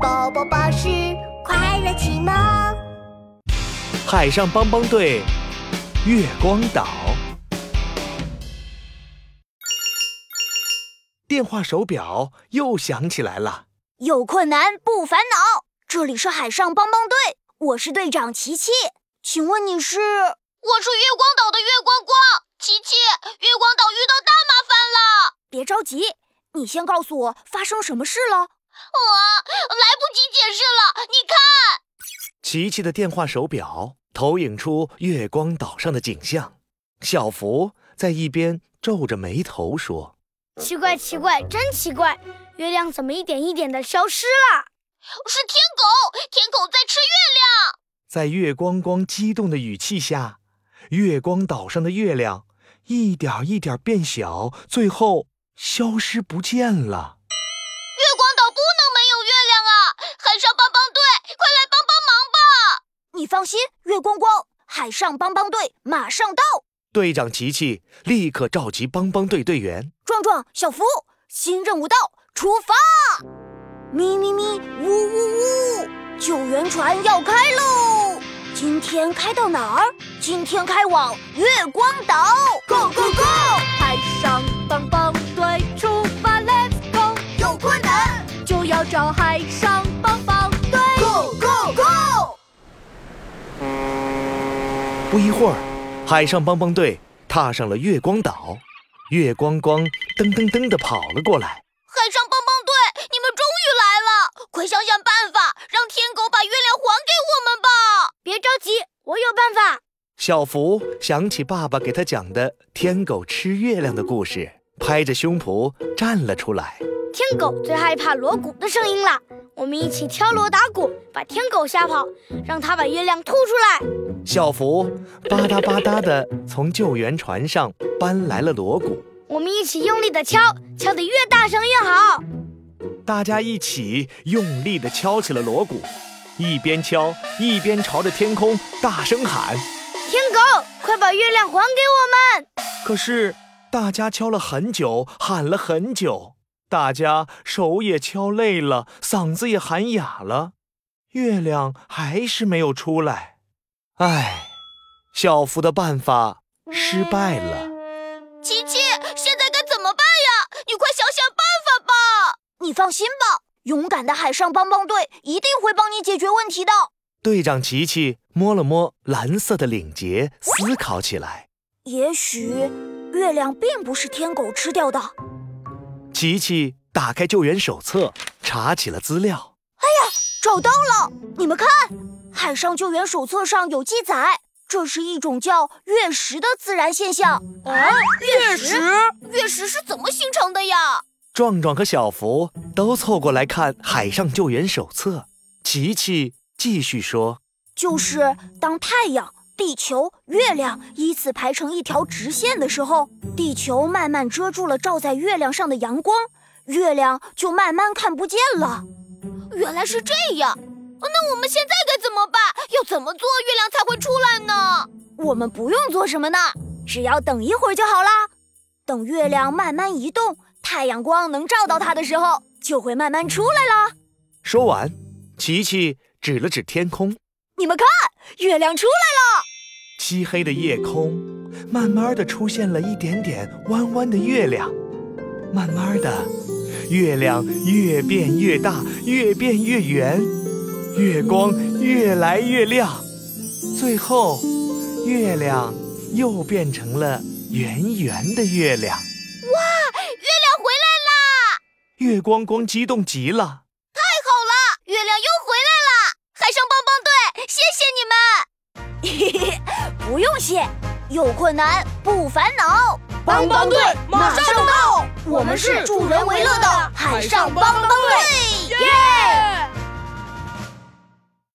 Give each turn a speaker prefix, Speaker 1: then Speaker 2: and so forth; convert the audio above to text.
Speaker 1: 宝宝巴士快乐启蒙。
Speaker 2: 海上帮帮队，月光岛。电话手表又响起来了。
Speaker 3: 有困难不烦恼，这里是海上帮帮队，我是队长琪琪，请问你是？
Speaker 4: 我是月光岛的月光光，琪琪，月光岛遇到大麻烦了，
Speaker 3: 别着急，你先告诉我发生什么事了。
Speaker 4: 我来不及解释了。你看，
Speaker 2: 琪琪的电话手表投影出月光岛上的景象。小福在一边皱着眉头说
Speaker 5: 奇怪，奇怪，真奇怪，月亮怎么一点一点的消失了？
Speaker 4: 是天狗，天狗在吃月亮。：“
Speaker 2: 在月光光激动的语气下，月光岛上的月亮一点儿一点儿变小，最后消失不见了。”
Speaker 4: 月光岛不能没有月亮啊！海上帮帮队，快来帮帮忙吧！
Speaker 3: 你放心，月光光，海上帮帮队马上到。
Speaker 2: 队长琪琪立刻召集帮帮队队员，
Speaker 3: 壮壮、小福，新任务到，出发！咪咪咪，呜呜呜，救援船要开喽！今天开到哪儿？今天开往月光岛！Go go go！
Speaker 6: 海上帮帮队出发，Let's go！
Speaker 3: 有困难
Speaker 6: 就要找海上帮帮队。
Speaker 3: ，Go go go！
Speaker 2: 不一会儿，海上帮帮队踏上了月光岛，月光光噔噔噔地跑了过来。
Speaker 4: 海上帮帮队，你们终于来了，快想想办法，让天狗把月亮还给我们吧！
Speaker 5: 别着急，我有办法。
Speaker 2: 小福想起爸爸给他讲的天狗吃月亮的故事，拍着胸脯站了出来。
Speaker 5: 天狗最害怕锣鼓的声音了，我们一起敲锣打鼓，把天狗吓跑，让它把月亮吐出来。
Speaker 2: 小福吧嗒吧嗒地从救援船上搬来了锣鼓，
Speaker 5: 我们一起用力的敲，敲得越大声越好。
Speaker 2: 大家一起用力地敲起了锣鼓，一边敲一边朝着天空大声喊。
Speaker 5: 天狗，快把月亮还给我们！
Speaker 2: 可是大家敲了很久，喊了很久，大家手也敲累了，嗓子也喊哑了，月亮还是没有出来。唉，小福的办法失败了。
Speaker 4: 琪琪，现在该怎么办呀？你快想想办法吧！
Speaker 3: 你放心吧，勇敢的海上帮帮队一定会帮你解决问题的。
Speaker 2: 队长琪琪摸了摸蓝色的领结，思考起来。
Speaker 3: 也许月亮并不是天狗吃掉的。
Speaker 2: 琪琪打开救援手册，查起了资料。
Speaker 3: 找到了，你们看，海上救援手册上有记载，这是一种叫月食的自然现象。
Speaker 4: 啊，月食，月食是怎么形成的呀？
Speaker 2: 壮壮和小福都凑过来看海上救援手册。琪琪继续说。
Speaker 3: 就是当太阳、地球、月亮依次排成一条直线的时候，地球慢慢遮住了照在月亮上的阳光，月亮就慢慢看不见了。
Speaker 4: 原来是这样，
Speaker 3: 哦
Speaker 4: 那我们现在该怎么办？要怎么做月亮才会出来呢？
Speaker 3: 我们不用做什么呢，只要等一会儿就好啦。等月亮慢慢移动，太阳光能照到它的时候，就会慢慢出来啦。
Speaker 2: 说完，琪琪指了指天空，
Speaker 3: 你们看，月亮出来
Speaker 2: 漆黑的夜空，慢慢的出现了一点点弯弯的月亮，慢慢的，月亮越变越大，越变越圆，月光越来越亮，最后，月亮又变成了圆圆的月亮。
Speaker 4: 月亮回来啦！
Speaker 2: 月光光激动极了。
Speaker 4: 太好了，月亮又回来了！海上帮帮队，谢谢你们！
Speaker 3: 了， 不用谢，有困难不烦恼，帮帮队马上到，我们是助人为乐的海上帮帮队，耶！